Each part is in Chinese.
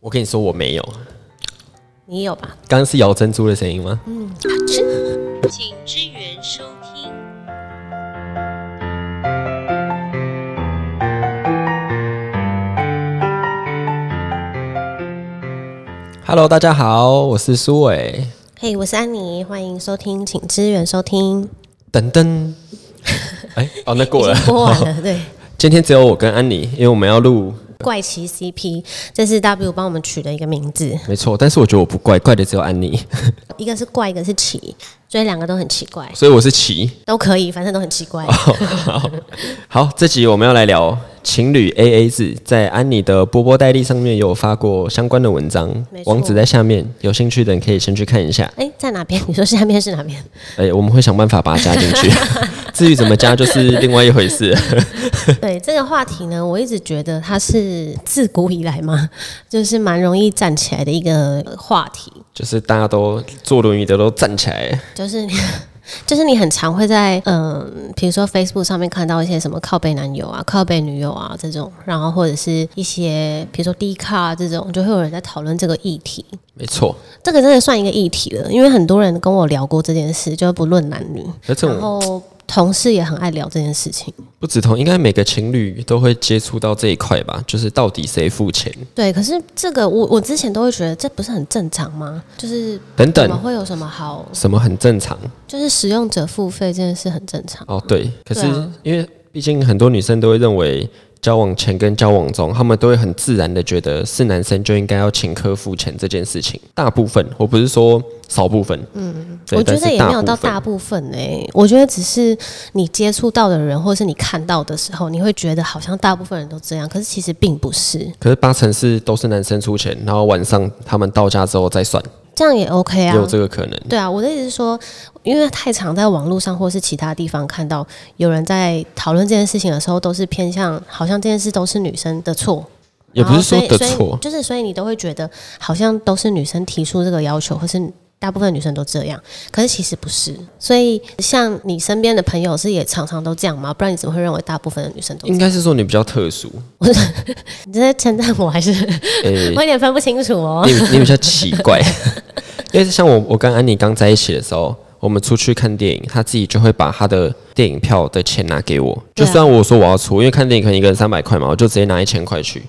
我跟你说，我没有。你有吧？刚刚是咬珍珠的声音吗？请支援收听。 Hello，大家好，我是苏伟。嘿、我是安妮，欢迎收听，请支援收听。噔 噔，哎、哦，那过了已。经播完了，对。 今天只有我跟安妮，因为我们要录，怪奇 CP，这是 W 帮我们取的一个名字，没错。但是我觉得我不怪，怪的只有安妮， 一个是怪，一个是奇，所以两个都很奇怪，所以我是 奇。都可以，反正都很奇哦怪。好，这集我们要来聊情侣 AA 制，在安妮的波波代历上面有发过相关的文章没，错网址在下面，有兴趣的人可以先去看一下。哎、在哪边？你说下面是哪 边？哎、我们会想办法把它加进 去，至于怎么加就是另外一回事。对这个话题呢，我一直觉得它是自古以来嘛，就是蛮容易站起来的一个话题，就是大家都坐轮椅的都站起来，就是你。 就是你很常会在嗯、比如说 Facebook 上面看到一些什么靠背男友啊、靠背女友啊这种，然后或者是一些比如说 D 卡、啊、这种，就会有人在讨论这个议题。没错。这个真的算一个议题了，因为很多人跟我聊过这件事，就不论男女，那这然种后同事也很爱聊这件事情。不止同，应该每个情侣都会接触到这一块吧？就是到底谁付钱对，可是这个我我之前都会觉得这不是很正常吗？就是等怎么等，会有什么好？什么很正常就是使用者付费这件事很正常。哦。对，可是对啊因为毕竟很多女生都会认为交往前跟交往中，她们都会很自然的觉得是男生就应该要请客付钱这件事情。大部分，我不是说少部分，嗯，我觉得也没有到大大部部分哎、我觉得只是你接触到的人，或是你看到的时候，你会觉得好像大部分人都这样，可是其实并不是，分，可是八成是都是男生出钱，然后晚上他们到家之后再算，这样也 OK 也啊。有这个可能。对啊，我的意思是说，因为太常在网络上或是其他地方看到有人在讨论这件事情的时候，都是偏向好像这件事都是女生的错，也不然是后说所的以所以错，就是所以你都会觉得好像都是女生提出这个要求，或是大部分女生都这样，可是其实不是。所以像你身边的朋友是也常常都这样吗？不然你怎么会认为大部分的女生都这应样？该是说你比较特 殊，你这在称赞我还是诶、 我有点分不清楚哦？你你比较奇怪， 因为像我我跟安妮刚在一起的时候，我们出去看电影，她自己就会把她的电影票的钱拿给我，就对啊虽然我说我要出，因为看电影可能一个人三百块嘛，我就直接拿一千块去，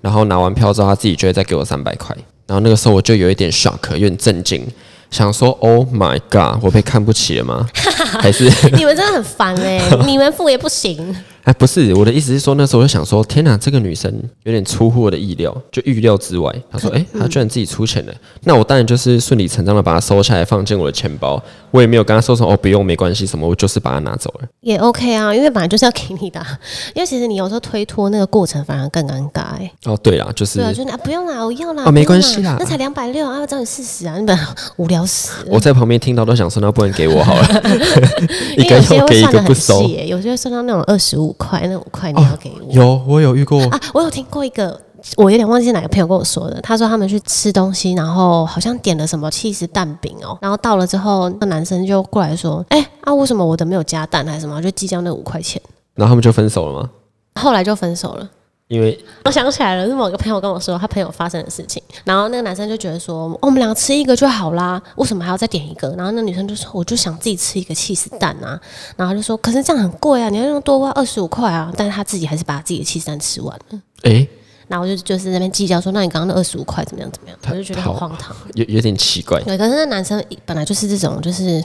然后拿完票之后，她自己就会再给我三百块，然后那个时候我就有一点 shock，有点震惊，想说 Oh my god，我被看不起了吗？还是你们真的很烦哎、 你们付也不行。哎，不是，我的意思是说，那时候我就想说，天哪，这个女生有点出乎我的意料，就预料之外。她说，哎、嗯她居然自己出钱了，那我当然就是顺理成章的把它收下来，放进我的钱包。我也没有跟她说什么，哦，不用，没关系什么，我就是把它拿走了。也 OK 啊，因为本来就是要给你的啊、因为其实你有时候推脱那个过程反而更尴尬哎、哦，对啦，就是对啊，就是你啊，不用啦，我要哦啦，不用没关系啦那才两百六啊，我找你四十啊，你本来无聊死了。我在旁边听到都想说，那不然给我 好了，一因为个有些要会给一算个的不很收。哦细耶，有些会算到那种二十五块，那五块你要给我、有，我有遇过，啊。我有听过一个，我有点忘记是哪个朋友跟我说的，他说他们去吃东西，然后好像点了什么气司蛋饼哦，然后到了之后，那男生就过来说，哎、啊，为什么我的没有加蛋还是什么，就计较那五块钱，然后他们就分手了吗？后来就分手了。因为我想起来了，是某个朋友跟我说他朋友发生的事情，然后那个男生就觉得说，哦、我们两个吃一个就好啦，为什么还要再点一个？然后那女生就说，我就想自己吃一个气死蛋啊，然后他就说，可是这样很贵啊，你要用多花二十五块啊，但是他自己还是把自己的气死蛋吃完了。哎、然后我就就是在那边计较说，那你刚刚那二十五块怎么样怎么样？我就觉得很好荒唐。有有点奇怪，对，可是那男生本来就是这种，就是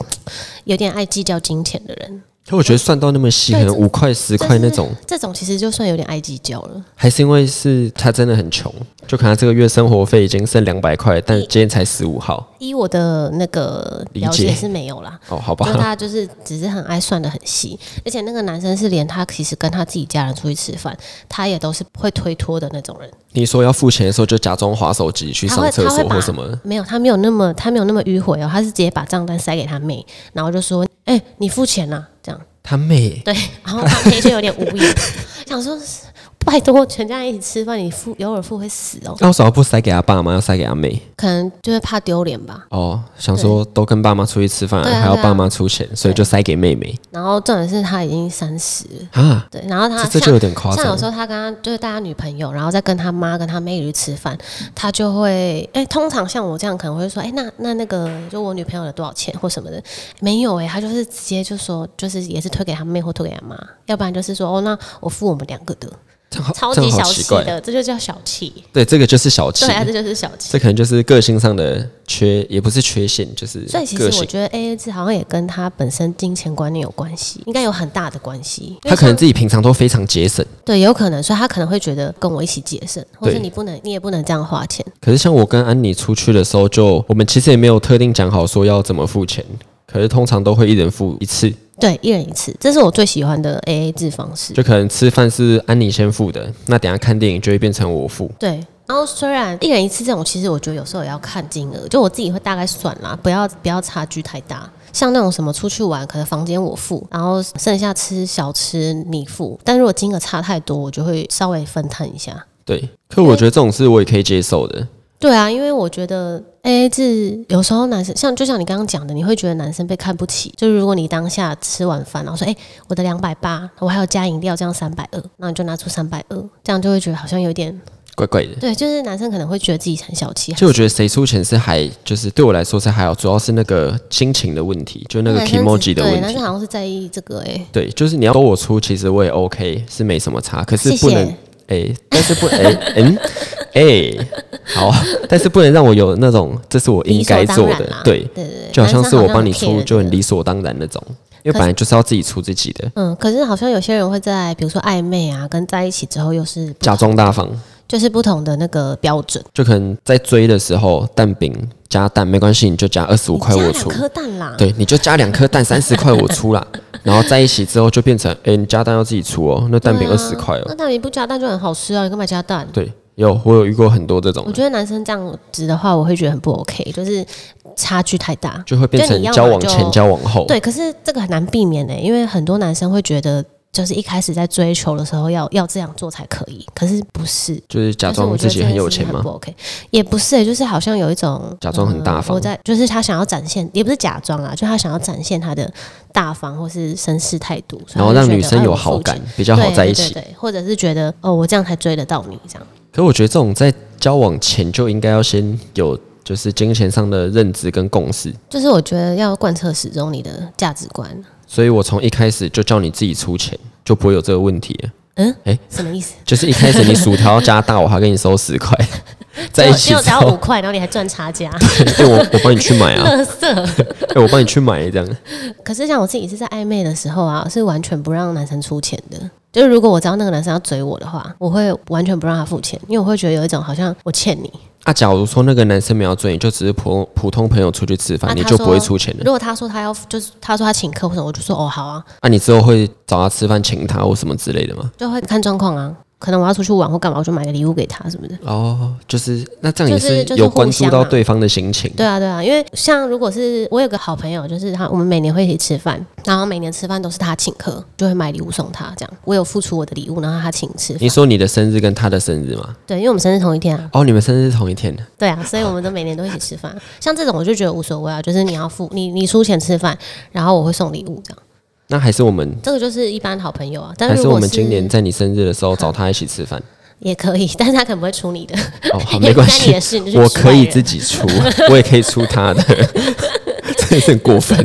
有点爱计较金钱的人，可我觉得算到那么细，可对能这五块十块那种。这种其实就算有点爱计较了。还是因为是他真的很穷，就可能他这个月生活费已经剩两百块，但今天才十五号。依我的那个理了解解是没有啦，哦，好就吧，他就是只是很爱算的很细，而且那个男生是连他其实跟他自己家人出去吃饭，他也都是会推脱的那种人。你说要付钱的时候就假装划手机去他上会厕他会所把或什么，没有，他没有那么他没有那么迂回哦，他是直接把账单塞给他妹，然后就说：“哎、你付钱呐、这样他妹 对，然后他妹就有点无语，想说拜托，全家人一起吃饭，你付有耳付会死哦。那为什么不塞给他爸妈，要塞给他妹？可能就是怕丢脸吧。哦，想说都跟爸妈出去吃饭，对啊还要对啊爸妈出钱，所以就塞给妹妹然后重点是他已经三十了，啊。对，然后他这这就像有点夸像有时张。候他跟他就是带他女朋友，然后再跟他妈跟他妹去吃饭，他就会哎、通常像我这样可能会说，哎、那那那个就我女朋友的多少钱或什么的，没有哎、他就是直接就说，就是也是推给他妹或推给他妈，要不然就是说哦，那我付我们两个的，这样好超啊这级样好小奇气怪。的，这就叫小气。对，这个就是小气对，啊，这就是小气这。可能就是个性上的缺，也不是缺陷，就是所以其实个我性。觉得 A A 制好像也跟他本身金钱观念有关系，应该有很大的关系。因他为可能像自己平常都非常节省，对，有可能，所以他可能会觉得跟我一起节省，或者对你不能，你也不能这样花钱。可是像我跟安妮出去的时候就，我们其实也没有特定讲好说要怎么付钱，可是通常都会一人付一次，对，一人一次，这是我最喜欢的 A A 制方式。就可能吃饭是安妮先付的，那等一下看电影就会变成我付。对，然后虽然一人一次这种，其实我觉得有时候也要看金额，就我自己会大概算啦，不要不要差距太大。像那种什么出去玩，可能房间我付，然后剩下吃小吃你付，但如果金额差太多，我就会稍微分摊一下。对，可我觉得这种事我也可以接受的。对啊，因为我觉得 A A 制有时候男生像就像你刚刚讲的，你会觉得男生被看不起。就是如果你当下吃完饭，然后说：“哎、我的两百八，我还有加饮料，这样三百二。”那你就拿出三百二，这样就会觉得好像有点怪怪的。对，就是男生可能会觉得自己很小气。其实我觉得谁出钱是还就是对我来说是还好，主要是那个心情的问题，就那个男生 emoji 的对，问男题生。好像是在意这个哎、对，就是你要都我出，其实我也 OK，是没什么差，可是谢不能谢哎、但是不哎、嗯哎、好，但是不能让我有那种这是我应该做理所当然的啦，对，对对对，就好像男是生我帮你很 care 出这就个很理所当然那种，因为可本来就是要自己出自己的，嗯，可是好像有些人会在比如说暧昧啊，跟在一起之后又是不假装大方，就是不同的那个标准。就可能在追的时候蛋饼加蛋没关系，你就加二十五你块加我两出，颗蛋啦，对，你就加两颗蛋，三十块我出啦。 然后在一起之后就变成，哎、你加蛋要自己出哦，那蛋饼对二啊十块那哦。蛋饼不加蛋就很好吃啊，你干嘛加蛋？对，有我有遇过很多这种我的，觉得男生这样子的话，我会觉得很不 OK，就是差距太大。就会变就成你要交么往就前、交往后。对，可是这个很难避免呢、欸因为很多男生会觉得，就是一开始在追求的时候要要这样做才可以，可是不是。就是假但是装我觉自得己这很件有事钱很嘛不。OK，也不是、欸，就是好像有一种呃假装很大方我在就是他想要展现，也不是假装啊，就他想要展现他的大方或是绅士态度，所以然后他就让觉女得生哎有我好付感钱，比较好对在一对起。对对，或者是觉得哦，我这样才追得到你这样。可我觉得这种在交往前就应该要先有，就是金钱上的认知跟共识。就是我觉得要贯彻始终你的价值观，所以我从一开始就叫你自己出钱，就不会有这个问题了。什么意思？就是一开始你薯条要加大，我还给你收十块， 在一起只有只之要五后，块，然后你还赚差价， 哎、我我帮你去买啊，特色。哎、我帮你去买这样。可是像我自己是在暧昧的时候啊，是完全不让男生出钱的。就是如果我知道那个男生要追我的话，我会完全不让他付钱，因为我会觉得有一种好像我欠你。啊，假如说那个男生没有追你，就只是普普通朋友出去吃饭，啊你他就不会说出钱了。如果他说他要，就是他说他请客或者我就说哦好啊，啊，你之后会找他吃饭，请他或什么之类的吗？就会看状况啊。可能我要出去玩或干嘛，我就买个礼物给他什么的。哦，就是那这样也就是是就是有互关注相到啊对方的心情。对啊，对啊，因为像如果是我有个好朋友，就是他，我们每年会一起吃饭，然后每年吃饭都是他请客，就会买礼物送他这样。我有付出我的礼物，然后他请吃你饭。说你的生日跟他的生日吗？对，因为我们生日同一天啊，哦，你们生日是同一天，对啊，所以我们都每年都一起吃饭。 像这种我就觉得无所谓啊，就是你要付你你出钱吃饭，然后我会送礼物这样。那还是我们，这个就是一般好朋友啊，但还是是如我果们是今年在你生日的时候找他一起吃 饭？也可以，但是他可能不会出你的，哦，好，因没为关 那你系也，是，你就是我局可外以人自己出，我也可以出他的， 这是很过分。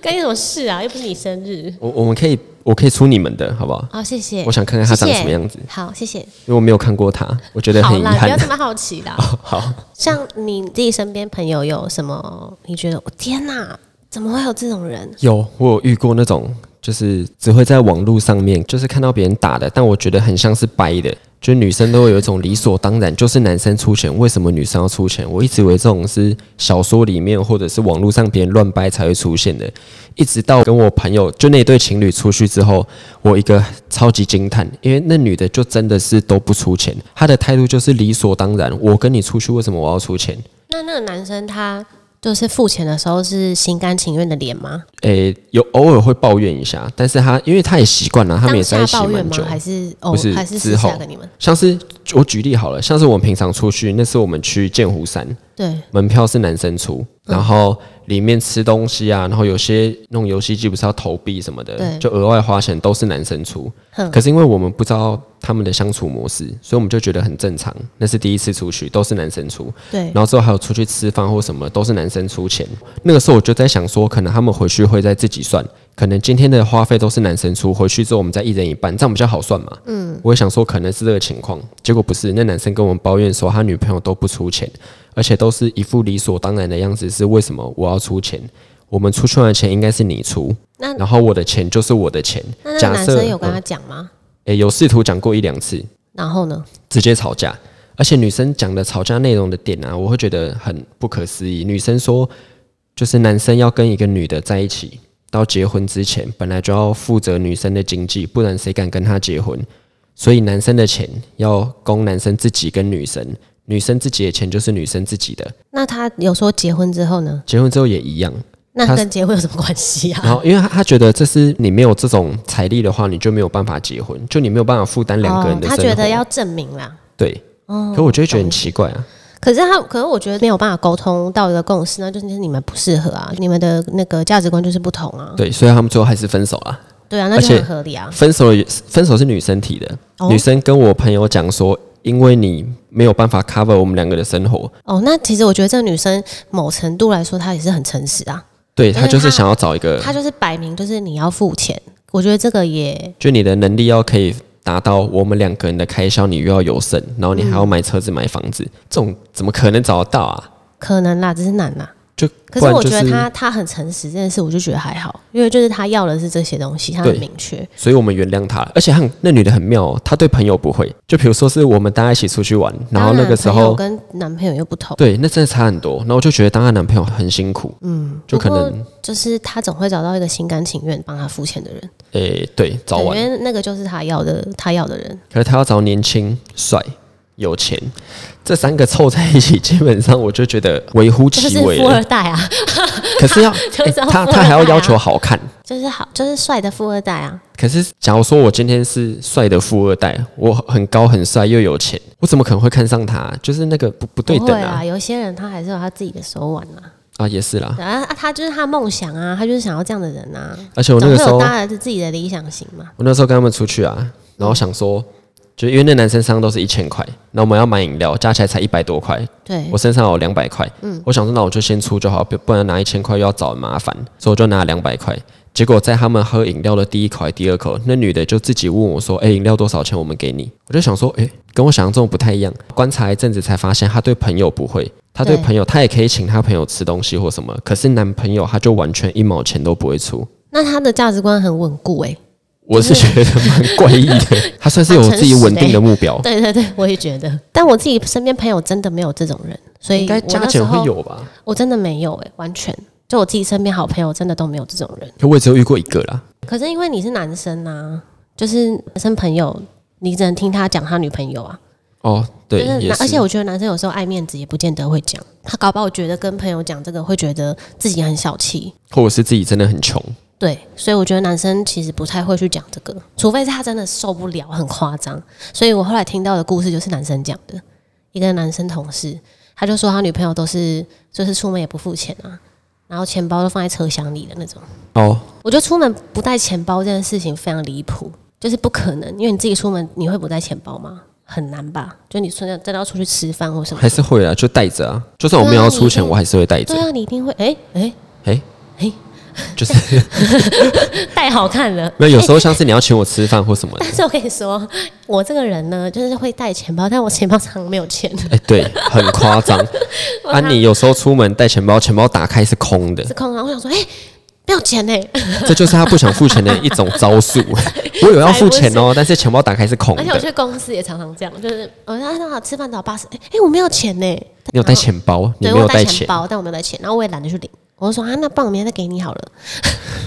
干你什么事啊？又不是你生日。我我们可以，我可以出你们的好不好？好，谢谢。我想看看他长什么样子谢谢好，谢谢。因为我没有看过他，我觉得好很遗啦，不憾哦要。这么好奇啦。好。像你自己身边朋友有什么？你觉得我天哪，怎么会有这种人？有，我有遇过那种，就是只会在网络上面，就是看到别人打的，但我觉得很像是掰的，就是女生都会有一种理所当然，就是男生出钱，为什么女生要出钱？我一直以为这种是小说里面或者是网络上别人乱掰才会出现的，一直到跟我朋友就那对情侣出去之后，我一个超级惊叹，因为那女的就真的是都不出钱，她的态度就是理所当然，我跟你出去为什么我要出钱？那那个男生他就是付钱的时候是心甘情愿的脸吗？诶、有偶尔会抱怨一下，但是他因为他也习惯了，他们也当在一下起抱怨蛮吗久？。还是哦不是，还是之私后下跟你们？像是我举例好了，像是我们平常出去，那次我们去剑湖山，对，门票是男生出，嗯然后里面吃东西啊，然后有些弄游戏机不是要投币什么的，对就额外花钱都是男生出。哼可是因为我们不知道他们的相处模式，所以我们就觉得很正常。那是第一次出去，都是男生出，对，然后之后还有出去吃饭或什么，都是男生出钱。那个时候我就在想说，可能他们回去会再自己算，可能今天的花费都是男生出，回去之后我们再一人一半，这样比较好算嘛。嗯，我也想说可能是这个情况，结果不是。那男生跟我们抱怨说，他女朋友都不出钱，而且都是一副理所当然的样子，是为什么我要出钱？我们出去玩的钱应该是你出，那然后我的钱就是我的钱。那那个男生有跟他嗯讲吗？诶有试图讲过一两次，然后呢？直接吵架，而且女生讲的吵架内容的点啊，我会觉得很不可思议。女生说，就是男生要跟一个女的在一起，到结婚之前本来就要负责女生的经济，不然谁敢跟她结婚？所以男生的钱要供男生自己跟女生，女生自己的钱就是女生自己的。那他有说结婚之后呢？结婚之后也一样。那他跟结婚有什么关系啊？然后，因为他他觉得这是你没有这种财力的话，你就没有办法结婚，就你没有办法负担两个人的生哦，他活。觉得要哦证明啦。对，可我就会觉得很奇怪啊。可是他，可是我觉得没有办法沟通到一个共识，那就是你们不适合啊，你们的那个价值观就是不同啊。对，所以他们最后还是分手了。对啊，那就而且很合理啊。分手也分手是女生提的，哦女生跟我朋友讲说，因为你没有办法 cover 我们两个的生活，哦，那其实我觉得这个女生某程度来说，她也是很诚实啊，对是她就是她想要找一个，她就是摆明就是你要付钱。我觉得这个也就你的能力要可以达到我们两个人的开销，你又要有剩，然嗯后你还要买车子、买房子，这种怎么可能找得到啊？可能啦，只是难啦。就不可是然我就觉得是，她她很诚实这件事，我就觉得还好，因为就是她要的是这些东西，她很对明确。所以我们原谅她了。而且她很那女的很妙、哦，她对朋友不会，就比如说是我们大家一起出去玩，然后那个时当然朋友候。跟男朋友又不同，对，那真的差很多。然后我就觉得当她男朋友很辛苦，嗯，就可不过能，就是她总会找到一个心甘情愿帮她付钱的人，诶、对，早对晚因为那个就是她要的，她要的人。可是他要找年轻、帅、有钱，这三个凑在一起，基本上我就觉得微乎就其是微富了二。代啊，可 是要、就是诶要他富他二还要代要啊求好看。就是好，就是帅的富二代啊。可是假如说我今天是帅的富二代，我很高很帅又有钱，我怎么可能会看上他？就是那个不不对不等会啊啊，有些人他还是有他自己的手腕啊。啊也是啦。然后啊，他就是他的梦想啊，他就是想要这样的人啊。而且我那总个会时候有大家的自己的理想型嘛。我那时候跟他们出去啊，然后想说，就因为那男生身上都是一千块，那我们要买饮料，加起来才一百多块，对我，身上有两百块，嗯我想说那我就先出就好，不不然拿一千块又要找很麻烦，所以我就拿两百块。结果在他们喝饮料的第一口、还是第二口，那女的就自己问我说：“哎、饮料多少钱？我们给你。”我就想说，哎、跟我想象中不太一样。观察一阵子才发现，她对朋友不会，她对对朋友，她也可以请她朋友吃东西或什么，可是男朋友她就完全一毛钱都不会出。那他的价值观很稳固欸诶、我是觉得蛮怪异 的，她算是有自己稳定的目标，对对对，我也觉 得。但我自己身边朋友真的没有这种人，所以应该我加那时减候会，有吧？我真的没有诶、完全。就我自己身边好朋友真的都没有这种人。可我也只有遇过一个啦。可是因为你是男生啊，就是男生朋友，你只能听他讲他女朋友啊。哦，对，就是也男是而且我觉得男生有时候爱面子，也不见得会讲。他搞不好觉得跟朋友讲这个，会觉得自己很小气。或者是自己真的很穷。对，所以我觉得男生其实不太会去讲这个，除非是他真的受不了，很夸张。所以我后来听到的故事就是男生讲的，一个男生同事，他就说他女朋友都是就是出门也不付钱啊，然后钱包都放在车厢里的那种。哦，我觉得出门不带钱包这件事情非常离谱，就是不可能，因为你自己出门你会不带钱包吗？很难吧？就你真的真的要出去吃饭或什么还，是会啊，就带着啊。就算我没有要出钱，对我啊你一定还是会带着对。啊，你一定会哎 哎哎哎，就是 带好看了。没有，有时候像是你要请我吃饭或什么 的但，是我跟你说，我这个人呢，就是会带钱包，但我钱包常常没有钱，哎，对，很夸 张。啊，你有时候出门带钱包，钱包打开是 空的是，空啊。我想说，哎、没有钱 哎、这就是他不想付钱的一种招 数。我有要付钱哦，但是钱包打开是空而且我的。去公司也常常这样，就是我说啊那好吃饭找八十，哎哎，我没有钱呢、你有带钱包，你对没我有带带钱钱，包，但我没有带钱，然后我也懒得去领。我就说啊，那帮我明天再给你好了。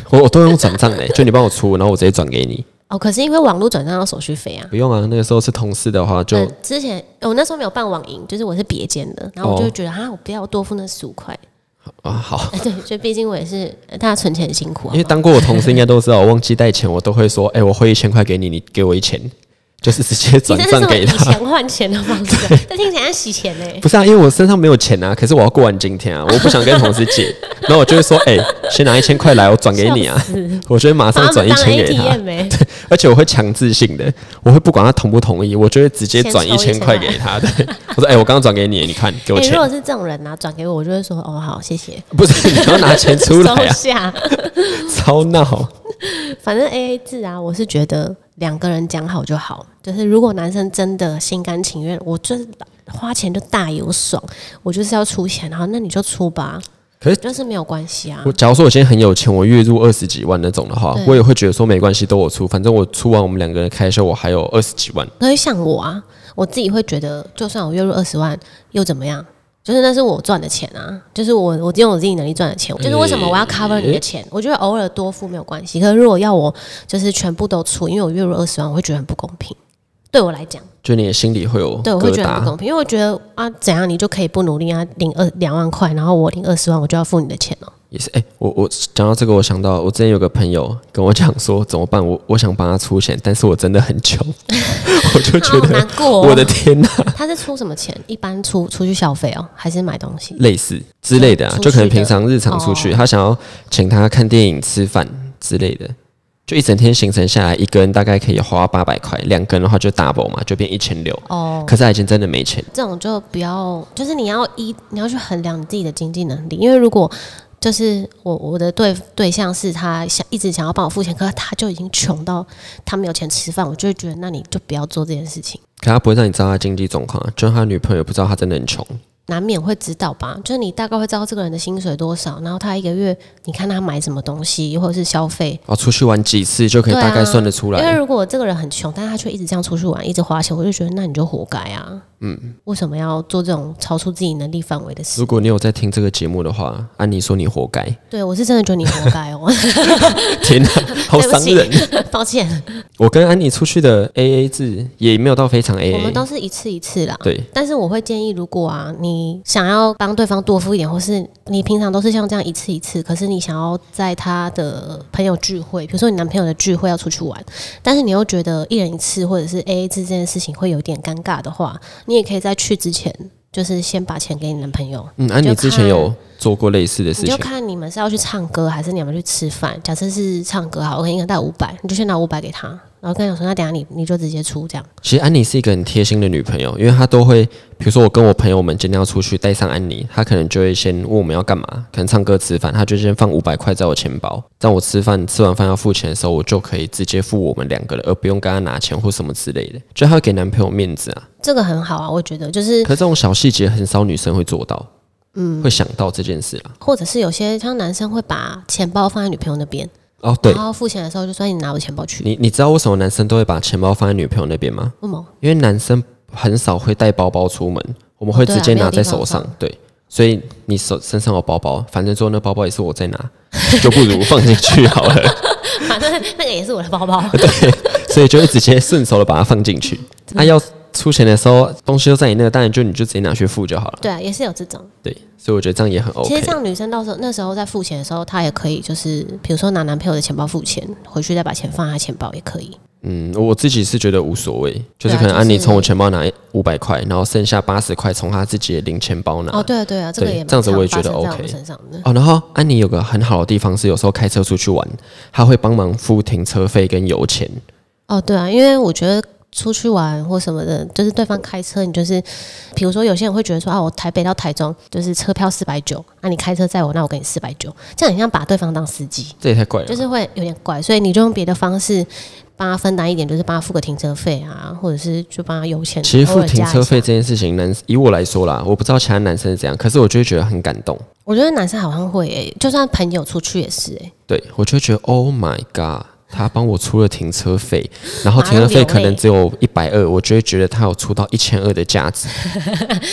我我都用转账的，就你帮我出，然后我直接转给你。哦，可是因为网络转账要手续费啊。不用啊，那个时候是同事的话，就呃之前我那时候没有办网银，就是我是别间的，然后我就觉得啊、我不要多付那十五块，啊，好， 对，就毕竟我也是呃大家存钱很辛苦，好因为不好当过我同事应该都知道，我忘记带钱，我都会说，哎、我汇一千块给你，你给我一千，就是直接转你这是账什么给以 他。钱换钱的方式 啊，这听起来像洗钱呢、不是啊，因为我身上没有钱啊，可是我要过完今天啊，我不想跟同事 借，然后我就会说，哎、先拿一千块来，我转给你啊，我就会马上把他转们一当千 A 给 T 他 M，没？欸 而且我会强制性的，我会不管他同不同意，我就会直接先转抽一一千千块来给他。对， 我说，哎、我刚刚转给你，你看，给我哎、钱如，果是这种人啊，转给我，我就会说哦，好，谢谢，不是你 要拿钱出来 收啊，下。超闹。反正 A A 制啊，我是觉得两个人讲好就好。就是如果男生真的心甘情愿，我就是花钱就大有爽，我就是要出钱，好，那你就出吧。可是就是没有关系啊我，假如说我现在很有钱，我月入二十几万那种的话对，我也会觉得说没关系，都我出，反正我出完我们两个人开销，我还有二十几万。所以像我啊，我自己会觉得，就算我月入二十万又怎么样？就是那是我赚的钱啊，就是我我用我自己能力赚的钱，就是为什么我要 cover 你的钱？我觉得偶尔多付没有关系，可是如果要我就是全部都出，因为我月入二十万，我会觉得很不公平。对我来讲，就你的心里会有对我疙会觉得很不瘩公，平，因为我觉得啊，怎样你就可以不努力啊，领二两万块，然后我领二十万，我就要付你的钱哦、也是。哎、我我讲到这个，我想到我之前有个朋友跟我讲说怎么办，我我想帮他出钱，但是我真的很 穷，我就觉好难得过、哦我的天哪、他是出什么钱？一般出出去消费哦、还是买东西？类似之类的啊，出去就可能的平常日常出去，哦他想要请他看电影、吃饭之类的，就一整天行程下来，一个人大概可以花八百块，两个人的话就 double 嘛，就变一千六。哦，可是他已经真的没钱，这种就不要，就是你要一你要去衡量你自己的经济能力，因为如果就是我我的对对象是他想一直想要帮我付钱，可是他就已经穷到他没有钱吃饭，我就会觉得那你就不要做这件事情，可他不会让你知道他经济状况啊，就像他女朋友不知道他真的很穷，难免会知道吧？就是你大概会知道这个人的薪水多少，然后他一个月你看他买什么东西或者是消费。哦，出去玩几次就可以对啊大概算得出因为来。如果这个人很穷，但是他却一直这样出去玩，一直花钱，我就觉得那你就活该啊！嗯，为什么要做这种超出自己能力范围的事？如果你有在听这个节目的话，安妮说你活该，对我是真的觉得你活该哦。天哪，好对不伤起人。 抱歉， 我跟安妮出去的 A A 制也没有到非常 A 我们 A，都是一次一次啦。对，但是我会建议，如果啊，你想要帮对方多付一点，或是你平常都是像这样一次一次，可是你想要在他的朋友聚会，比如说你男朋友的聚会要出去玩，但是你又觉得一人一次或者是 A A 制这件事情会有点尴尬的话，你也可以在去之前，就是先把钱给你男朋友，嗯，安妮就之前看有做过类似的事你就情。看你们是要去唱歌，还是你们去吃饭。假设是唱歌好，我给你带五百，你就先拿五百给他，然后跟他讲说，那等一下你你就直接出这样。其实安妮是一个很贴心的女朋友，因为她都会，比如说我跟我朋友们今天要出去，带上安妮，她可能就会先问我们要干嘛，可能唱歌吃饭，她就先放五百块在我钱包，让我吃饭，吃完饭要付钱的时候，我就可以直接付我们两个了，而不用跟她拿钱或什么之类的，就她会给男朋友面子啊。这个很好啊，我觉得就是可，是这种小细节很少女生会做到，嗯，会想到这件事啊。或者是有些像男生会把钱包放在女朋友那边，哦，对然，后付钱的时候就说哎你拿我钱包去，嗯为你你知道为什么男生都会把钱包放在女朋友那边吗？什么？因为男生很少会带包包出门，我们会对啊直接没有拿在地方手上放，对。所以你手身上有包包，反正最后那包包也是我在拿， 就不如放进去好了。 反正那个也是我的包包，所以就会直接顺手的把它放进去。那、要出钱的时候，东西都在你那，当然就你就直接拿去付就好了。对啊，也是有这种。对，所以我觉得这样也很 OK。其实这样女生到时候那时候在付钱的时候，她也可以就是比如说拿男朋友的钱包付钱，回去再把钱放在她钱包也可以。嗯，我自己是觉得无所谓，就对啊是可能就是安妮从我钱包拿五百块，然后剩下八十块从她自己的零钱包拿。哦，对啊对啊，这个对也蛮这样子我也常觉得发生在我 OK 们身上的。哦，然后安妮有个很好的地方是，有时候开车出去玩，她会帮忙付停车费跟油钱。哦，对啊，因为我觉得出去玩或什么的，就是对方开车，你就是，比如说有些人会觉得说啊，我台北到台中就是车票四百九，那你开车载我，那我给你四百九，这样很像把对方当司机，这也太怪了吧。就是会有点怪，所以你就用别的方式帮他分担一点，就是帮他付个停车费啊，或者是就帮他油钱，其实偶付尔停加一车费下，这件事情，男以我来说啦，我不知道其他男生是怎样，可是我就会觉得很感动。我觉得男生好像会、欸，就算朋友出去也是、欸，对我就会觉得 Oh my God，他帮我出了停车费，然后停车马费上流泪可能只有一百二，我就会觉得他有出到一千二的价 值，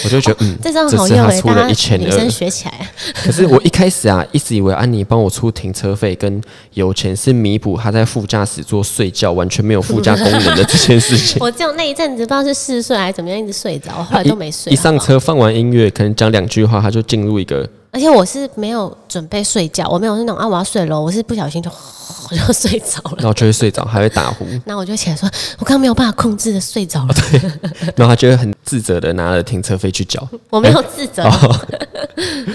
我就觉得嗯，这招这好次用他哎、欸，出大了一家千女生二。学起来。啊可是我一开始啊，一直以为安妮帮我出停车费跟油钱是弥补他在副驾驶座睡觉完全没有副驾功能的这件事情。 我只有那一阵子不知道是嗜啊睡还是怎么样，一直睡着，后来都没睡。一好不上好 车放完音乐，可能讲两句话，他就进入一个而且我是没有准备睡觉，我没有那种啊我要睡了，我是不小心就 我就睡着了。然后就会睡着，还会打 呼，那我就起来说，我刚刚没有办法控制的睡着 了，然后他就会很自责的拿了停车费去缴。我没有自责。哦，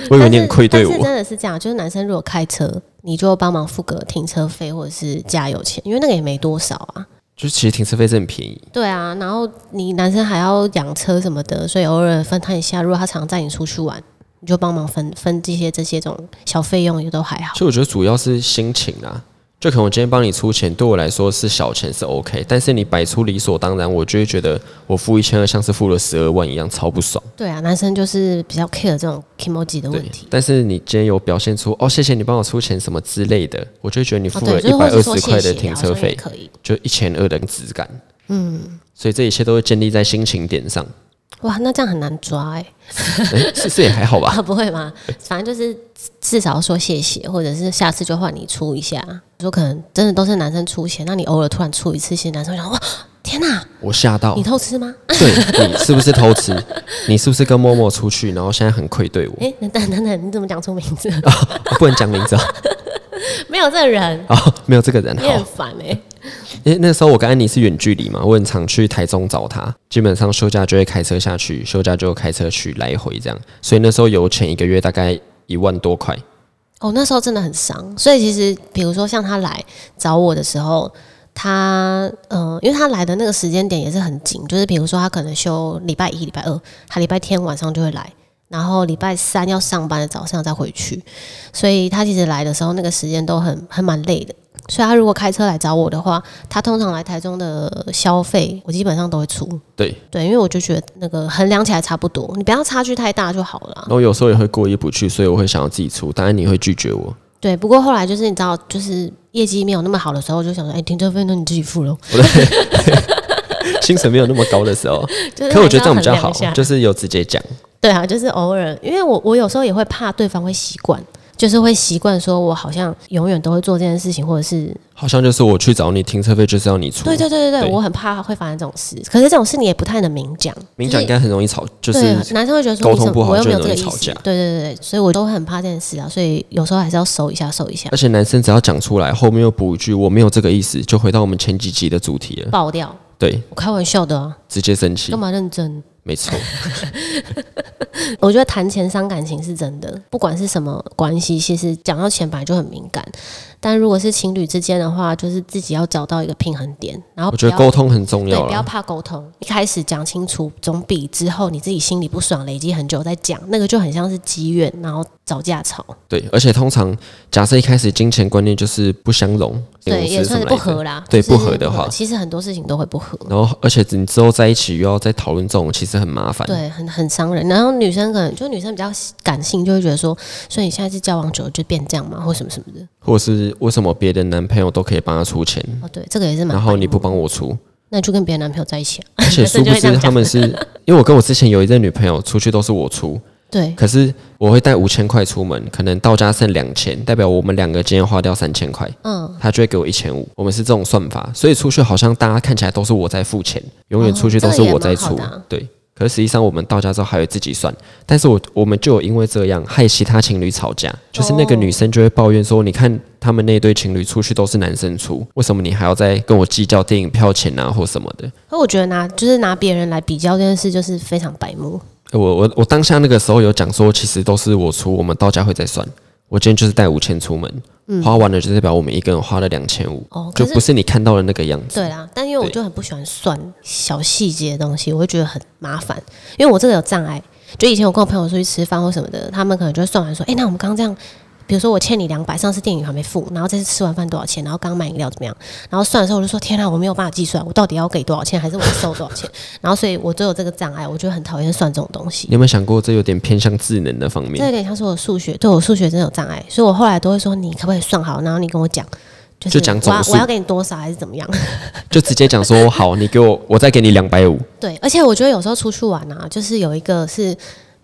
我以为但你是很愧对嗯但是我。真的是这样，就是男生如果开车，你就帮忙付个停车费或者是加油钱，因为那个也没多少啊。就是其实停车费是很便宜，对啊，然后你男生还要养车什么的，所以偶尔分摊一下。如果他常载你出去玩，你就帮忙分分这些这些这种小费用也都还好其。实我觉得主要是心情啊。就可能我今天帮你出钱，对我来说是小钱是 OK，但是你摆出理所当然，我就会觉得我付一千二像是付了十二万一样，超不爽。对啊，男生就是比较 care 这种 k i m o j i 的对问题，。但是你今天有表现出哦，谢谢你帮我出钱什么之类的，我就会觉得你哦，付了对，就一百是或二者说十谢块谢的停好车像也费，可以。就一千二的质感。嗯，所以这一切都会建立在心情点上。哇，那这样很难抓哎、哎，是是也还好吧 啊，。不会吗？反正就是至少说谢谢，或者是下次就换你出一下。说可能真的都是男生出钱，那你偶尔突然出一次，其实男生会想哇，天哪，我吓到你，偷吃吗？ 对你是不是偷吃？你是不是跟默默出去，然后现在很愧对我？ 哎、等等等等，你怎么讲出名字？ 我不能讲名字啊，没有这个人，哦，没有这个人。你很好，烦哎、因为那时候我跟安妮是远距离嘛，我很常去台中找她，基本上休假就会开车下去，休假就开车去来回这样，所以那时候油钱一个月大概一万多块。哦，那时候真的很伤，所以其实比如说像他来找我的时候，他嗯、呃因为他来的那个时间点也是很紧，就是比如说他可能休礼拜一、礼拜二，他礼拜天晚上就会来，然后礼拜三要上班的早上再回去，所以他其实来的时候那个时间都很还蛮累的。所以他如果开车来找我的话，他通常来台中的消费，我基本上都会出。对，对，因为我就觉得那个衡量起来差不多，你不要差距太大就好了啊。然后有时候也会过意不去，所以我会想要自己出，但安妮会拒绝我。对，不过后来就是你知道，就是业绩没有那么好的时候，就想说，哎、停车费那你自己付咯。我的薪水没有那么高的时候， 就是可我觉得这还是要样比较衡量好一下，就是有直接讲。对啊，就是偶尔，因为我我有时候也会怕对方会习惯，就是会习惯说我好像永远都会做这件事情，或者是好像就是我去找你，停车费就是要你出。对对对对对，对我很怕会发生这种事。可是这种事你也不太能明讲，明讲应就是该很容易吵，就是对啊男生会觉得说沟你通怎么不好我又就没有很这个容易意吵思，架对对对对，所以我都很怕这件事啊，所以有时候还是要收一下收一下而，且男生只要讲出来，后面又补一句“我没有这个意思”，就回到我们前几集的主题了。爆掉，对，我开玩笑的啊，直接生气干，嘛认真？没错。我觉得谈钱伤感情是真的，不管是什么关系，其实讲到钱本来就很敏感。但如果是情侣之间的话，就是自己要找到一个平衡点，然后我不觉要得沟通很重对，要不要啦。怕沟通，一开始讲清楚，总比之后你自己心里不爽累积很久再讲，那个就很像是积怨，然后找架吵，对，而且通常假设一开始金钱观念就是不相容，对，形也容词算什是么来不着合啦。对就是不合的话其实很多事情都会不合。然后，而且你之后在一起又要再讨论这种，其实很麻烦。对，很很伤人。啊然后女生可能就女生比较感性，就会觉得说，所以你现在是交往久了就变这样嘛，或什么什么的。或者是为什么别的男朋友都可以帮他出钱，哦，对，这个也是蛮白目的。然后你不帮我 出？那你就跟别的男朋友在一起啊？而且殊不知他们是，因为我跟我之前有一任女朋友出去都是我出，对，可是我会带五千块出门，可能到家剩两千，代表我们两个今天花掉三千块，嗯，他就会给我一千五。我们是这种算法，所以出去好像大家看起来都是我在付钱，永远出去都是我在哦这出，个也蛮好的啊对。可是实际上我们到家之后还会自己算，但是我我们就有因为这样害其他情侣吵架，就是那个哦女生就会抱怨说，你看他们那对情侣出去都是男生出，为什么你还要再跟我计较电影票钱啊或什么的？可我觉得拿就是拿别人来比较这件事，就是非常白目。我我我当下那个时候有讲说，其实都是我出，我们到家会再算。我今天就是带五千出门，花完了就代表我们一个人花了两千五，嗯哦，可就是不是你看到的那个样子。对啦，但因为我对就很不喜欢算小细节的东西，我会觉得很麻烦，因为我这个有障碍。就以前我跟我朋友出去吃饭或什么的，他们可能就会算完说，哎、那我们刚刚这样。比如说我欠你两百，上次电影还没付，然后这次吃完饭多少钱，然后刚买饮料怎么样，然后算的时候我就说天啊，我没有办法计算，我到底要给多少钱，还是我收多少钱， 然后所以我就有这个障碍，我就很讨厌算这种东西你。有没有想过，这有点偏向智能的方这有面？点像是我数学，对我数学真的有障碍，所以我后来都会说你可不可以算好，然后你跟我讲，就就是讲总我要数我要给你多少还是怎么样？ 就直接讲说，好，你给我，我再给你两百五。对，而且我觉得有时候出去玩啊，就是有一个是，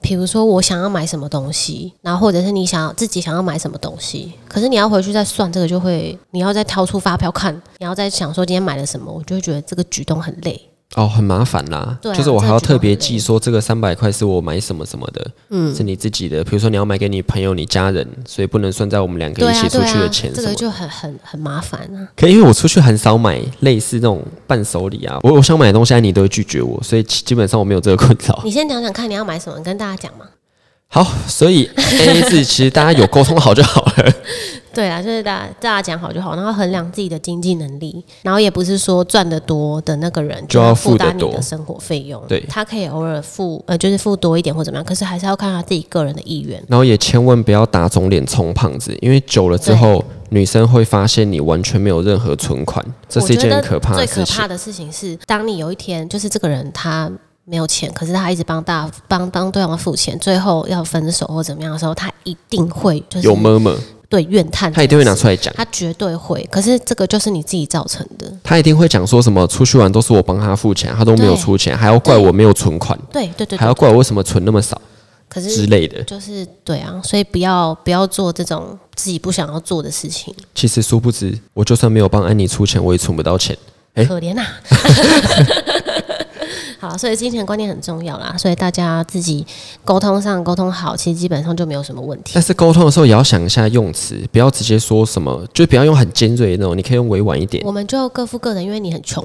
比如说我想要买什么东西，然后或者是你想要自己想要买什么东西，可是你要回去再算这个，就会你要再掏出发票看，你要再想说今天买了什么，我就会觉得这个举动很累。哦，很麻烦啦，对啊就是我还要特别这个觉得很记累说这个三百块是我买什么什么的，嗯，是你自己的，比如说你要买给你朋友、你家人，所以不能算在我们两个对一啊起出对去的啊，钱这什么个的。就很很很麻烦啊。可因为我出去很少买类似那种伴手礼啊，我我想买的东西，安妮都会拒绝我，所以基基本上我没有这个困扰。你先讲讲看你要买什么，你跟大家讲嘛。好，所以 A A 制其实大家有沟通好就好 了。对啊，就是大家大家讲好就好，然后衡量自己的经济能力，然后也不是说赚得多的那个人就要要付负得担你多的生活费用，对他可以偶尔付呃，就是付多一点或怎么样，可是还是要看他自己个人的意愿。然后也千万不要打肿脸充胖子，因为久了之后，女生会发现你完全没有任何存款，这是一件很可怕我的觉得事最可怕情。的事情是，当你有一天就是这个人他没有钱，可是他一直帮大帮帮对方付钱，最后要分手或怎么样的时候，他一定会就是有妈妈，对怨叹，她一定会拿，出来讲，他绝对会。可是这个就是你自己造成的，她一定会讲说什么出去玩都是我帮她付钱，她都没有出钱，还要怪我没有存款，对对对还对要。怪我为什么存那么少可之是类的。就是对啊，所以不要不要做这种自己不想要做的事情，其实殊不知，我就算没有帮安妮出钱，我也存不到钱。诶可怜呐、啊。 好，所以金钱观念很重要啦，所以大家自己沟通上沟通好，其实基本上就没有什么问题但。是沟通的时候也要想一下用词，不要直接说什么，就不要用很尖锐的那种，你可以用委婉一点。我们就各付各的，因为你很穷。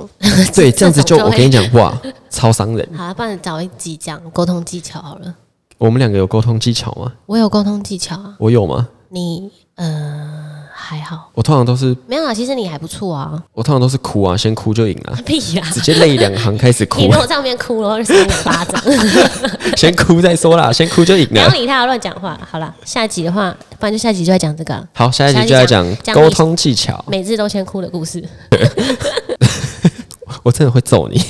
对，这样子就这种我就会跟你讲，哇，超伤人。好了，不然找一集讲沟通技巧好了。我们两个有沟通技巧吗？我有沟通技巧啊，我有吗？你呃还好，我通常都是，没有啊，其实你还不错啊。我通常都是哭啊，先哭就赢了、屁呀、直接泪两行开始你哭如，果上面哭了，我就扇你巴掌。 先哭再说啦，先哭就赢不要了。理他，乱讲话。好了，下集的话，不然就下集就在讲这个啊、好，下一集就来讲讲沟通技巧，每日都先哭的故事。我真的会揍你。